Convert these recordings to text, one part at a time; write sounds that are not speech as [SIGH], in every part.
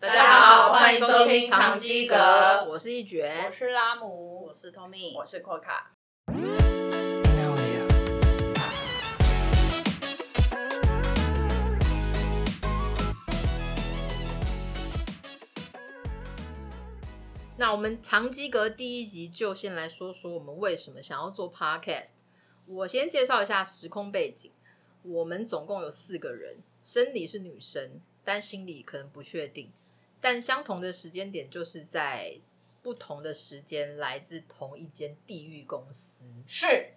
大家好欢迎收听长基阁我是一我卷，是拉姆，我是 Tommy，我是阔卡，那我们长基阁第一集就先来说说我们为什么想要做 podcast。我先介绍一下时空背景，我们总共有四个人，生理是女生，但心理可能不确定。但相同的时间点就是在不同的时间，来自同一间地狱公司。是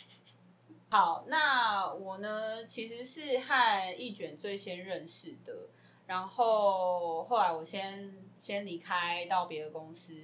[LAUGHS] 好，那我呢，其实是和一卷最先认识的，然后后来我先先离开到别的公司，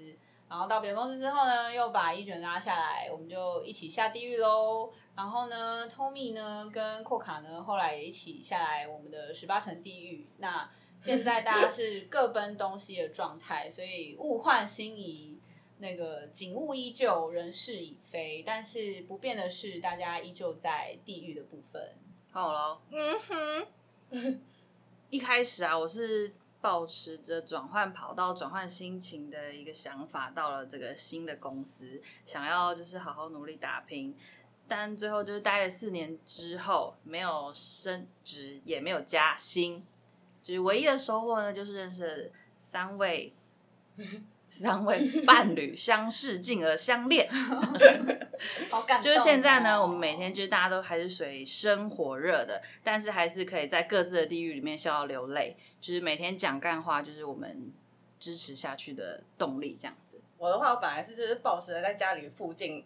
然后到别的公司之后呢，又把一卷拉下来，我们就一起下地狱喽。然后呢，Tommy 呢跟阔卡呢，后来也一起下来我们的十八层地狱。那现在大家是各奔东西的状态，所以物换星移。那个景物依旧，人事已非，但是不变的是，大家依旧在地狱的部分。好了，嗯哼， [LAUGHS] 一开始啊，我是保持着转换跑道、转换心情的一个想法，到了这个新的公司，想要就是好好努力打拼。但最后就是待了四年之后，没有升职，也没有加薪，就是唯一的收获呢，就是认识了三位三位伴侣，相视进而相恋。好感动哦就是现在呢，我们每天就是大家都还是属于生火热的，但是还是可以在各自的地狱里面笑到流泪，就是每天讲干话，就是我们支持下去的动力，这样子。我的话，我本来是就是保持着在家里附近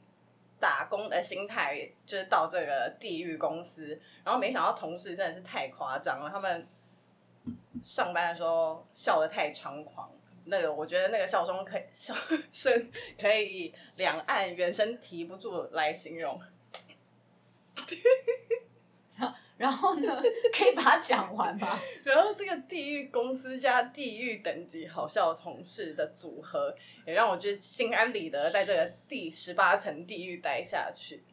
打工的心态，就是到这个地狱公司，然后没想到同事真的是太夸张了，他们上班的时候笑得太猖狂。那个，我觉得那个笑声可以笑声可以以两岸猿声啼不住来形容。然后呢， [LAUGHS] 可以把它讲完吗？然后这个地狱公司加地狱等级好笑同事的组合，也让我觉得心安理得在这个第十八层地狱待下去。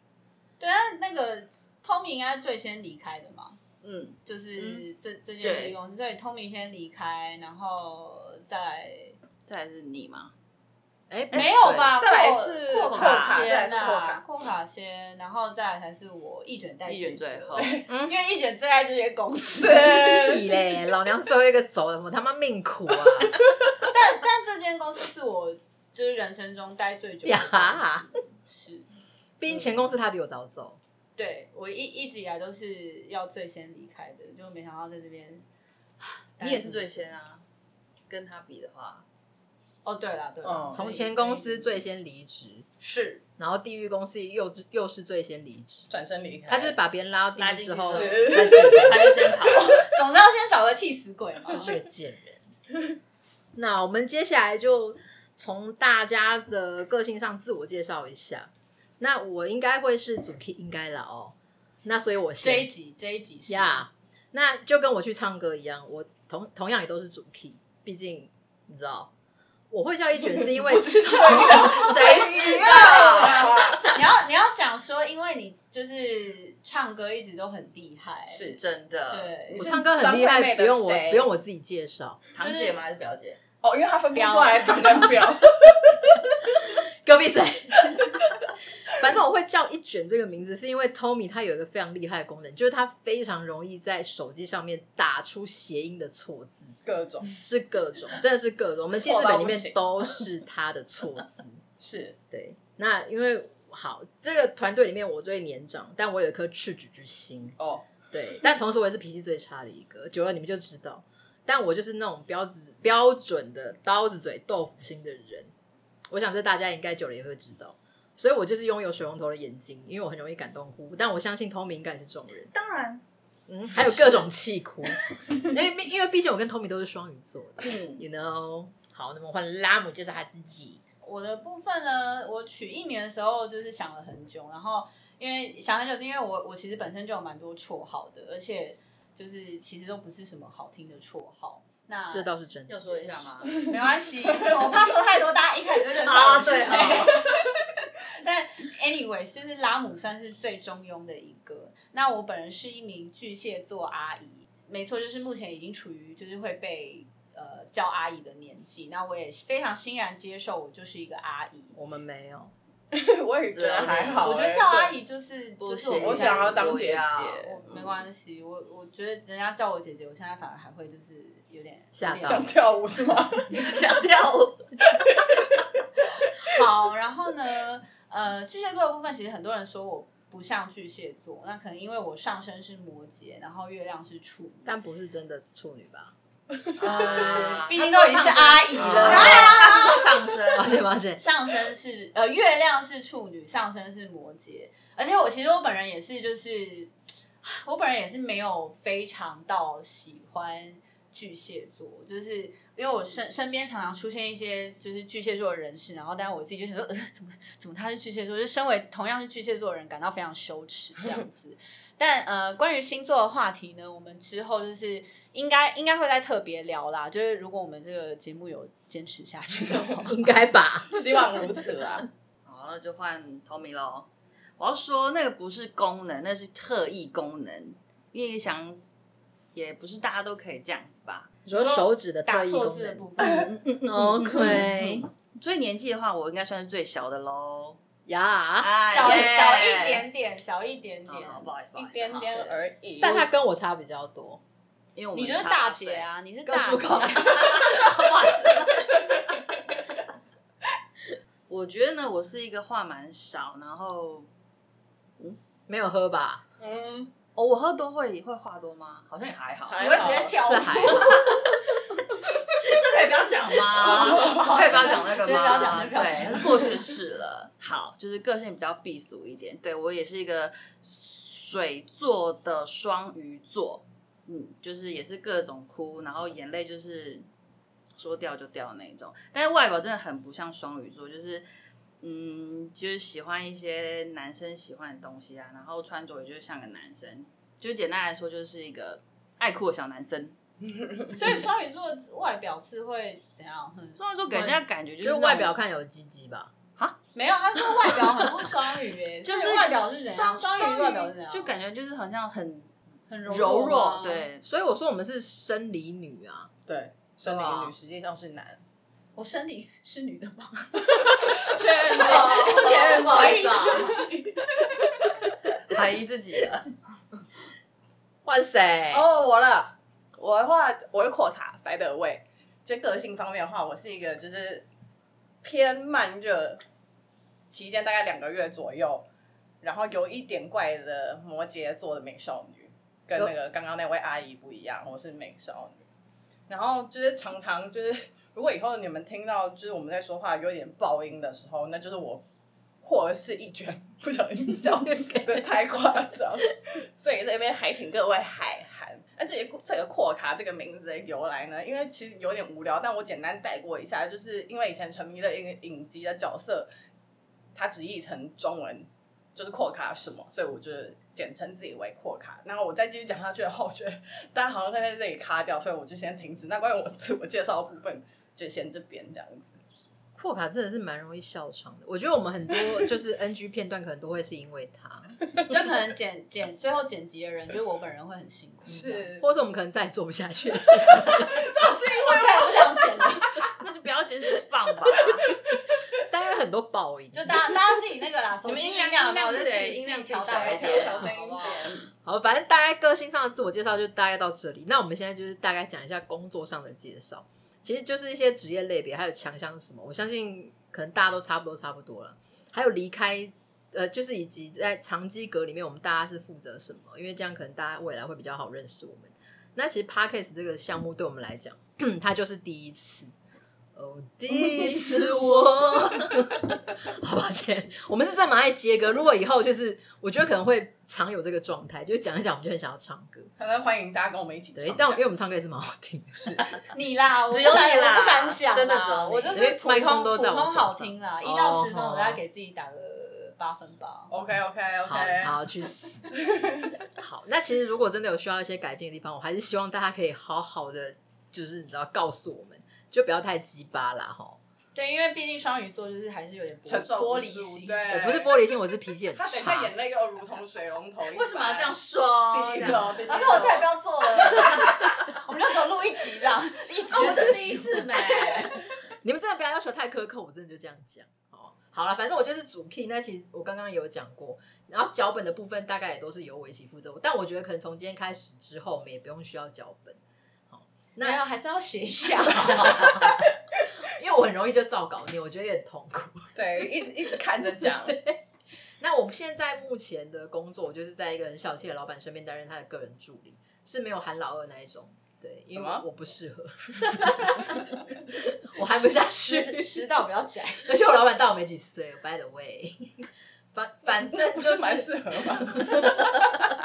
对啊，那个 Tommy 应该最先离开的嘛，嗯，就是这、这间对地狱公司，所以 Tommy 先离开，然后再这还是你吗？哎，没有对？吧？再来扩是扩扩卡卡先再来是扩呐卡，扩卡先，然后再来才是我一卷带一卷最后， [LAUGHS] 因为一卷最爱这些公 [LAUGHS] 司。屁嘞！老娘最后一个走了，我他妈命苦啊！但但这间公司是我就是人生中待最久的呀公 [LAUGHS] 司，是毕竟前公司他比我早走。对我一一直以来都是要最先离开的，就没想到在这边。你也是最先啊。跟他比的话，哦，对了对了嗯，从前公司最先离职，是然后地狱公司又又是最先离职，转身离开，他就是把别人拉到地狱之后，拉再进去自己他就先跑。 [LAUGHS] 总是要先找个替死鬼嘛。就是个贱人。 [LAUGHS] 那我们接下来就从大家的个性上自我介绍一下。那我应该会是主 key，应该了哦。那所以我这先一集这一集是呀啊那就跟我去唱歌一样，我同同样也都是主 key，毕竟你知道，我会叫一卷是因 [LAUGHS] 为谁知道？你要你要讲说，因为你就是唱歌一直都很厉害，是真的，对你我是唱歌很厉张惠害，妹不的用我谁不用我自己介绍。堂姐吗？还是表姐？哦，因为他分不出来糖跟表， [LAUGHS] 给我闭嘴！反正我会叫一卷这个名字，是因为 Tommy 他有一个非常厉害的功能，就是他非常容易在手机上面打出谐音的错字，各种是各种，真的是各种。我们记事本里面都是他的错字。是对，那因为好，这个团队里面我最年长，但我有一颗赤子之心。哦，对， [LAUGHS] 但同时我也是脾气最差的一个，久了你们就知道。但我就是那种标子标准的刀子嘴豆腐心的人，我想这大家应该久了也会知道。所以我就是拥有水龙头的眼睛，因为我很容易感动哭。但我相信 Tommy 应该也是这种人，当然，嗯，还有各种气哭，因为因为毕竟我跟 Tommy 都是双鱼座的嗯， ，you know。好，那么换拉姆介绍他自己，我的部分呢，我取艺名的时候就是想了很久，然后因为想很久是因为我我其实本身就有蛮多绰号的，而且就是其实都不是什么好听的绰号。那这倒是真的要。说一下 [LAUGHS] 吗？没关系，这我怕说太多，大家一开始就认出来啊我是对谁。哦 [LAUGHS] 但 anyways，就是拉姆算是最中庸的一个。那我本人是一名巨蟹座阿姨，没错，就是目前已经处于就是会被呃叫阿姨的年纪，那我也非常欣然接受，我就是一个阿姨。我们没有，我也觉得还好、欸。我觉得叫阿姨就是不就是行对，我想要当姐不要 [LAUGHS] 姐，没关系，我我觉得人家叫我姐姐，我现在反而还会就是有点吓到有点想跳舞是 [LAUGHS] 吗？想跳舞，好，然后呢，呃，巨蟹座的部分，其实很多人说我不像巨蟹座，那可能因为我上身是摩羯，然后月亮是处女，但不是真的处女吧？呃，毕竟都他说已经是阿姨了。啊上上身，抱歉抱歉，上身是呃，月亮是处女，上身是摩羯，而且我其实我本人也是，就是我本人也是没有非常到喜欢巨蟹座，就是因为我身身边常常出现一些就是巨蟹座的人士，然后但我自己就想说，呃，怎么怎么他是巨蟹座，就身为同样是巨蟹座的人感到非常羞耻这样子。 [LAUGHS] 但呃，关于星座的话题呢，我们之后就是应该应该会再特别聊啦，就是如果我们这个节目有坚持下去的话。 [LAUGHS] 应该吧？希望如此啊。好，那就换 Tommy 喽。我要说那个不是功能，那是特异功能，因为想也不是大家都可以这样子吧。你说手指的打特异错功字的能部分，嗯？OK 所以年纪的话，我应该算是最小的喽。 [LAUGHS] 呀，哎小耶小一点点，小一点点好，好不好意思，不好意思，边边好而已。但他跟我差比较多，因为我们你就是差大八岁姐，啊，你是大住姐口我觉得呢，我是一个话蛮少，然后没有喝吧？嗯，哦，我喝多会会话多吗？好像也还好，还你嗯好会直接跳舞是，还好，这可以不要讲吗？可以不要讲那个这吗？不要讲这不要讲对，过去的事了。好，就是个性比较避俗一点。对我也是一个水做的双鱼座，嗯，就是也是各种哭，然后眼泪就是说掉就掉那种。但是外表真的很不像双鱼座，就是嗯，就是喜欢一些男生喜欢的东西啊，然后穿着也就是像个男生，就简单来说就是一个爱哭的小男生。 [LAUGHS] 所以双鱼座外表是会怎样？嗯双鱼座给人家感觉就是就那种外表看有鸡鸡吧？没有，他说外表很不双鱼诶， [LAUGHS] 就是外表是怎样？双鱼外表是怎样？就感觉就是好像很很柔弱弱吗，，对，所以我说我们是生理女啊，对，对生理啊女实际上是 [LAUGHS] 男。我身体是女的 [LAUGHS] 吗？确认哦过，确认不好意思啊怀疑自己了。哇塞，哦，我了，我的话，我是扩塔白的位。就个性方面的话，我是一个就是偏慢热，期间大概两个月左右，然后有一点怪的摩羯座的美少女，跟那个刚刚那位阿姨不一样，我是美少女。然后就是常常就是， [LAUGHS] 如果以后你们听到就是我们在说话有点爆音的时候，那就是我或者是一卷不小心笑 [LAUGHS] 的太夸张，所以这边还请各位海涵。那这个这个扩卡这个名字的由来呢，因为其实有点无聊，但我简单带过一下，就是因为以前沉迷的一个影集的角色，它直译成中文就是扩卡什么，所以我就简称自己为扩卡。然后我再继续讲下去的话，我觉得大家好像会在这里卡掉，所以我就先停止。那关于我自我介绍的部分，就先这边这样子。扩卡真的是蛮容易笑场的。我觉得我们很多 [LAUGHS] 就是 NG 片段，可能都会是因为他，就可能剪剪最后剪辑的人，就是我本人会很辛苦，是，或者我们可能再也做不下 [LAUGHS] 去了。我才不想剪辑。 [LAUGHS] 那就不要坚持放 [LAUGHS] 吧。但因为很多爆音，啊就大家大家自己那个啦，手们机音量量有没有音量就自己对音量自己调自己大一小调一点 [LAUGHS] 小声好一不好点。好，啊反正大概个性上的自我介绍就大概到这里。那我们现在就是大概讲一下工作上的介绍，其实就是一些职业类别，还有强项是什么。我相信可能大家都差不多差不多了。还有离开，呃，就是以及在长期格里面，我们大家是负责什么？因为这样可能大家未来会比较好认识我们。那其实 podcast 这个项目对我们来讲， [CLEARS THROAT] 它就是第一次。哦，第一次我，好抱歉，我们是在蛮爱接歌。如果以后就是，我觉得可能会常有这个状态，就是讲一讲，我们就很想要唱歌。可能欢迎大家跟我们一起对唱，但因这为样我们唱歌也是蛮好 [LAUGHS] 听的，是 [LAUGHS] 你啦，我不只有敢你啦我不敢讲，真的只有你我就是普麦克通风普都在我通手上好听啦，一哦到十分好我大概给自己打个八分吧。 OK OK 好 OK，好去 [LAUGHS] 死。好，那其实如果真的有需要一些改进的地方，我还是希望大家可以好好的，就是你知道告诉我们，就不要太鸡巴啦哈。对，因为毕竟双鱼座就是还是有点承受玻不璃住心，对我不是玻璃心，我是脾气很他等一下差眼。泪又如同水龙头一般。为什么要这样说？滴滴？滴滴滴滴我才不要做了。我们就只有录一集这样，一集哦，我就这结第一束。次呢，你们真的不要要求太苛刻，我真的就这样讲。哦，好了，反正我就是主 key，那其实我刚刚有讲过，然后脚本的部分大概也都是由维奇负责，但我觉得可能从今天开始之后，我们也不用需要脚本，那要还是要写一 [LAUGHS] 下，因为我很容易就照稿念，我觉得也很痛苦。 [LAUGHS] 对，一直一直看着讲，那我们现在目前的工作，我就是在一个很小气的老板身边担任他的个人助理，是没有含老二那一种。对，因为什么我不适合，我还不下去，食食道比较窄。而且我老板大我没几岁。By the way，反反 [LAUGHS] 正不就是是蛮适合吗？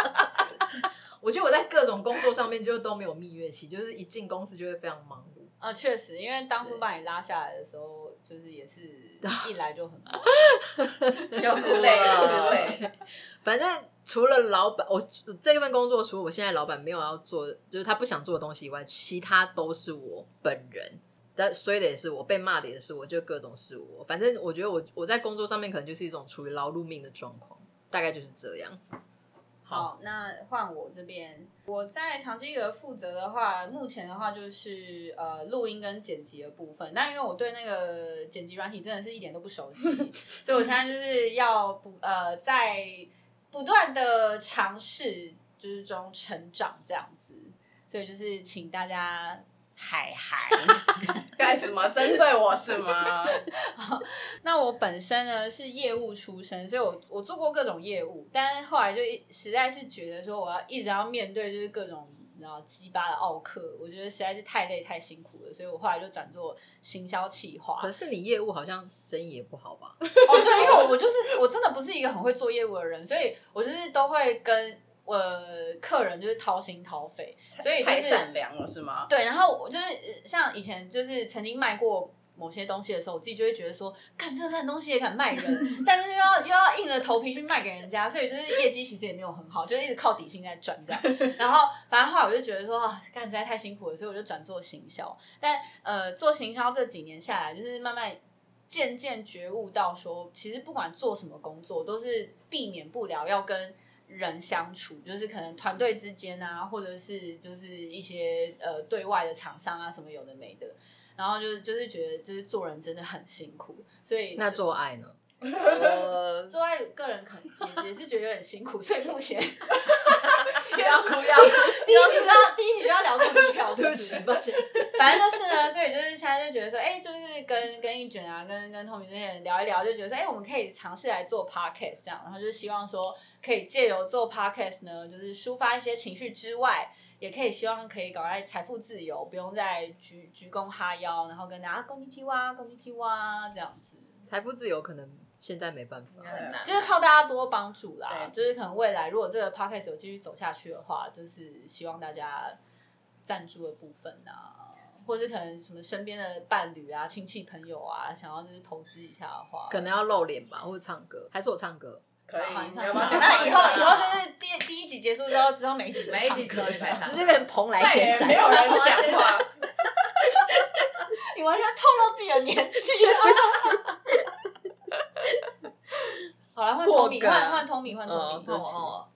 我觉得我在各种工作上面就都没有蜜月期，就是一进公司就会非常忙碌。啊，确实，因为当初把你拉下来的时候，就是也是一来就很忙。要是哭累啊是累，反正除了老板，我这份工作除了我现在老板没有要做，就是他不想做的东西以外，其他都是我本人。但衰的也是我，被骂的也是我，就各种是我。反正我觉得我我在工作上面可能就是一种处于劳碌命的状况，大概就是这样。好，那换我这边，我在长期阁负责的话，目前的话就是呃录音跟剪辑的部分。那因为我对那个剪辑软体真的是一点都不熟悉，所以我现在就是要不呃在不断的尝试就是中成长这样子，所以就是请大家海海。 [LAUGHS] 干什么？针对我是吗？那我本身呢是业务出身，所以我我做过各种业务，但是后来就一实在是觉得说我要一直要面对就是各种你知道鸡巴的奥克，我觉得实在是太累太辛苦了，所以我后来就转做行销企划。可是你业务好像生意也不好吧？哦，对，因为我我就是我真的不是一个很会做业务的人，所以我就是都会跟呃客人就是掏心掏肺，所以就太是善良了是吗？对，然后我就是呃像以前就是曾经卖过某些东西的时候，我自己就会觉得说，干这烂东西也敢卖人，但是又要又要硬着头皮去卖给人家，所以就是业绩其实也没有很好，就是一直靠底薪在赚这样。然后反正后来我就觉得说，啊干实在太辛苦了，所以我就转做行销。但呃，做行销这几年下来，就是慢慢。渐渐觉悟到说，其实不管做什么工作，都是避免不了要跟人相处，就是可能团队之间啊，或者是就是一些呃对外的厂商啊，什么有的没的。然后就是就是觉得就是做人真的很辛苦，所以那做爱呢？呃，做爱个人可能也也是觉得有点辛苦，所以目 [LAUGHS] 前不要哭，不要 [LAUGHS] 哭，第一集就要 [LAUGHS] 第一集就要聊这么低调，是对不不是起，？抱歉。反正就是呢，所以就是现在就觉得说，哎、就是跟跟一卷啊，跟跟透明这些人聊一聊，就觉得说，哎、我们可以尝试来做 podcast 这样，然后就是希望说，可以借由做 podcast 呢，就是抒发一些情绪之外，也可以希望可以搞来财富自由，不用再鞠鞠躬哈腰，然后跟大家恭喜基哇，恭喜基哇这样子。财富自由可能现在没办法。很难就是靠大家多帮助啦。对就是可能未来如果这个 podcast 有继续走下去的话，就是希望大家赞助的部分啊，或者可能什么身边的伴侣啊、亲戚朋友啊，想要就是投资一下的话，可能要露脸吧，或者唱歌，还是我唱歌？可以，好你你唱要不要先那以后放一以段后啊就是第第一集结束之后，之后每一集都每一集唱歌可以这样再唱直接变蓬莱再仙也山没。有人讲话，你完全透露自己的年纪了。 [LAUGHS] 好了，换过托米，梗换换托米，换托哦米，对不起哦，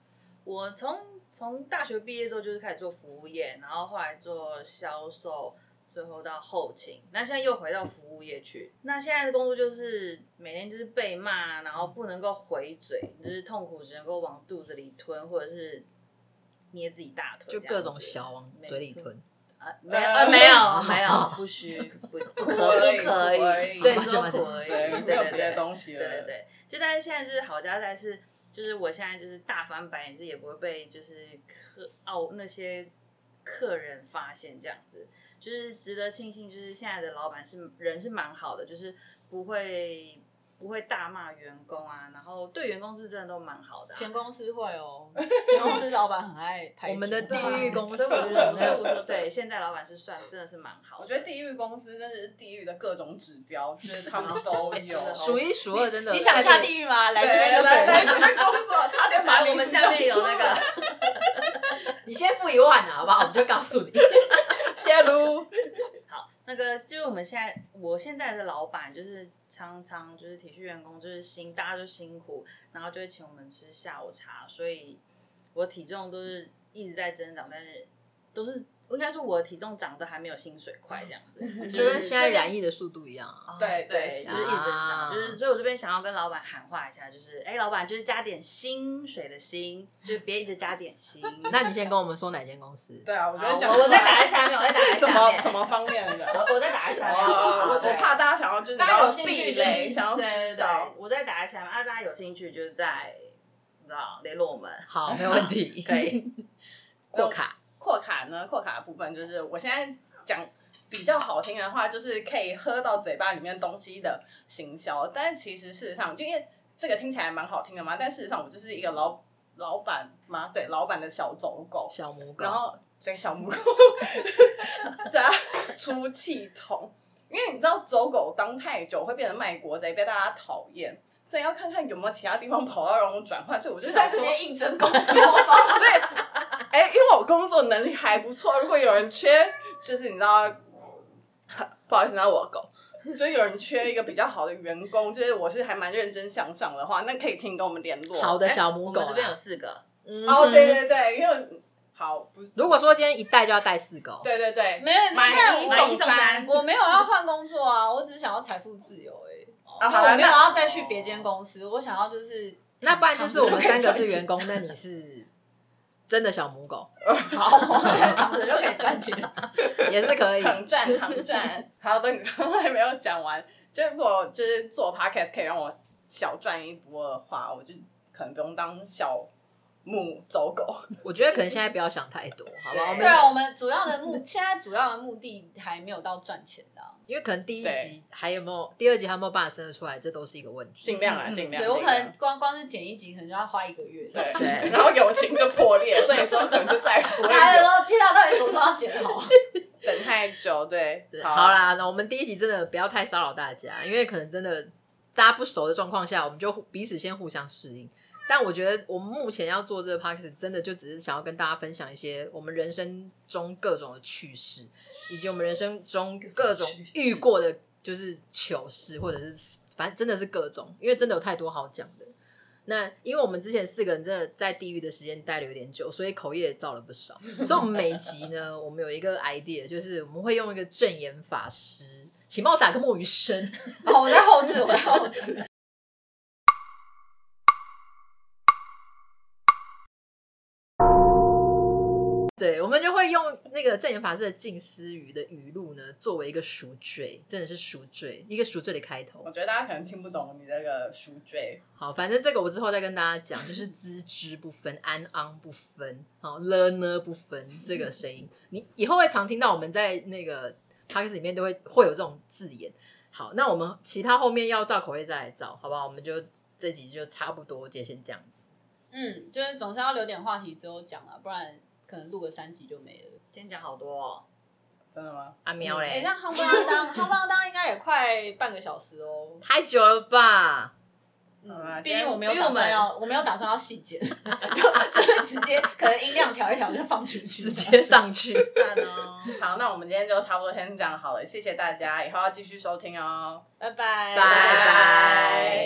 我从从大学毕业之后就是开始做服务业，然后后来做销售，最后到后勤。那现在又回到服务业去。那现在的工作就是每天就是被骂，然后不能够回嘴，就是痛苦只能够往肚子里吞，或者是捏自己大腿这就样子，各种小啊往嘴里没错吞。[LAUGHS] 没有呃没有没有，不需 [LAUGHS] 不不可以不不可可以以，对，抱歉抱歉不可以，对，对没有对别的对。东西了。对对对，就但是现在就是好家在是，就是我现在就是大翻白眼，是也不会被就是客哦那些客人发现这样子，就是值得庆幸，就是现在的老板是人是蛮好的，就是不会不会大骂员工啊，然后对员工是真的都蛮好的啊、前公司会哦，前公司老板很爱排我们的地挤狱公司，所以我觉得，所以我对说，对，现在老板是算真的是蛮好的。我觉得地狱公司真是地狱的各种指标，就是他们都有。数 [LAUGHS] 一数二，真的。你想下地狱？狱吗？来对这边来就来对了。来，这边公司我差点把来，我们下面有那个。你先付一万啊，好不好？我们就告诉你。谢露，好，那个呃就是我们现在，我现在的老板就是常常就是体恤员工，就是辛大家就辛苦，然后就会请我们吃下午茶，所以我体重都是一直在增长，但是都是应该说我的体重涨得还没有薪水快这样 [LAUGHS] 子，就跟现在染疫的速度一样啊。对对对，就是一直啊涨，就是所以我这边想要跟老板喊话一下，就是哎，老板就是加点薪水的薪，就是别一直加点薪。那你先跟我们说哪间公司？对啊，我觉好得讲我我再打来一下面，我再打一下是什面么什么方面的？我我再打一下哦面，我我对怕大家想要就是大家有兴避趣雷，想要对知对对道，。我再打一下面，啊，大家有兴趣就是在你知道联络我们，好，没问题。 [LAUGHS] 可以过卡，扩卡呢？扩卡的部分就是我现在讲比较好听的话，就是可以喝到嘴巴里面东西的行销。但是其实事实上，就因为这个听起来蛮好听的嘛，但事实上我就是一个老老板嘛，对，老板的小走狗，小母狗。然后对小母狗加出气筒，因为你知道走狗当太久会变成卖国贼，被大家讨厌。所以要看看有没有其他地方跑道让我转换，所以我就想说，应征 [LAUGHS] 工作吗？哎、因为我工作能力还不错，如果有人缺，就是你知道，不好意思，那我的狗，就是有人缺一个比较好的员工，就是我是还蛮认真向上的话，那可以请你跟我们联络。哎好的小母哎我狗们这边啦有。四个，嗯哦，对对对，因为好不，如果说今天一带就要带四哦狗，对对对， [LAUGHS] 没有，买那一我买一送三，我没有要换工作啊，我只是想要财富自由哎、欸。啊就好我了，没有要那再去别间公司，我想要就是那不然就是我们三个是员工，那你是真的小母狗 [LAUGHS] 好，躺着就可以赚钱。也是可以。躺赚躺赚。好的，你 [LAUGHS] 刚才没有讲完，就如果就是做 podcast 可以让我小赚一波的话，我就可能不用当小母走狗。 [LAUGHS] [LAUGHS] 我觉得可能现在不要想太多，好吧？我 [LAUGHS] 对们啊，我们主要的目现在主要的目的还没有到赚钱的啊、因为可能第一对集还有没有，第二集还有没有办法生得出来，这都是一个问题。尽量啊，尽嗯量。对我尽可量能光光是剪一集，可能就要花一个月。 [LAUGHS] 对，然后友情就破裂，所以之后可能就再也不会大家有都听到到底什么时候要剪好？啊等太 [LAUGHS] 久，对对，，好啊好，啦，那我们第一集真的不要太骚扰大家，因为可能真的大家不熟的状况下，我们就互彼此先互相适应。但我觉得我们目前要做这个 p o d c a s t 真的就只是想要跟大家分享一些我们人生中各种的趣事，以及我们人生中各种遇过的就是糗事，或者是反正真的是各种，因为真的有太多好讲的。那因为我们之前四个人真的在地狱的时间待的有点久，所以口业也造了不少。 [LAUGHS] 所以我们每集呢，我们有一个 idea，就是我们会用一个正言法师，请帮我打个木鱼声。哦，我在后置，我在后置。 [LAUGHS] 对，我们就会用那个正言法师的近思语的语录呢，作为一个赎罪，真的是赎罪，一个赎罪的开头我。觉得大家可能听不懂你这个书追，好，反正这个我之后再跟大家讲，就是资质不分，安昂不分，好了呢不分这个声音，你以后会常听到我们在那个 p o d c a s t 里面都会会有这种字眼。好，那我们其他后面要造口味再来造，好不好？我们就这集就差不多，就先这样子。嗯，就是总是要留点话题之后讲啊了，不然可能录个三集就没了。今天讲好多哦，真的吗？阿喵哎、嘞，那夯不啷当，夯不啷当应该也快半个小时哦。太久了吧？好啊啦嗯，毕竟我没有今天打算要，我没有打算要细剪， [LAUGHS] 就就是直接可能音量调一调就放出去，直接上去。赞哦，好，那我们今天就差不多先这样好了，谢谢大家，以后要继续收听哦。拜拜拜，拜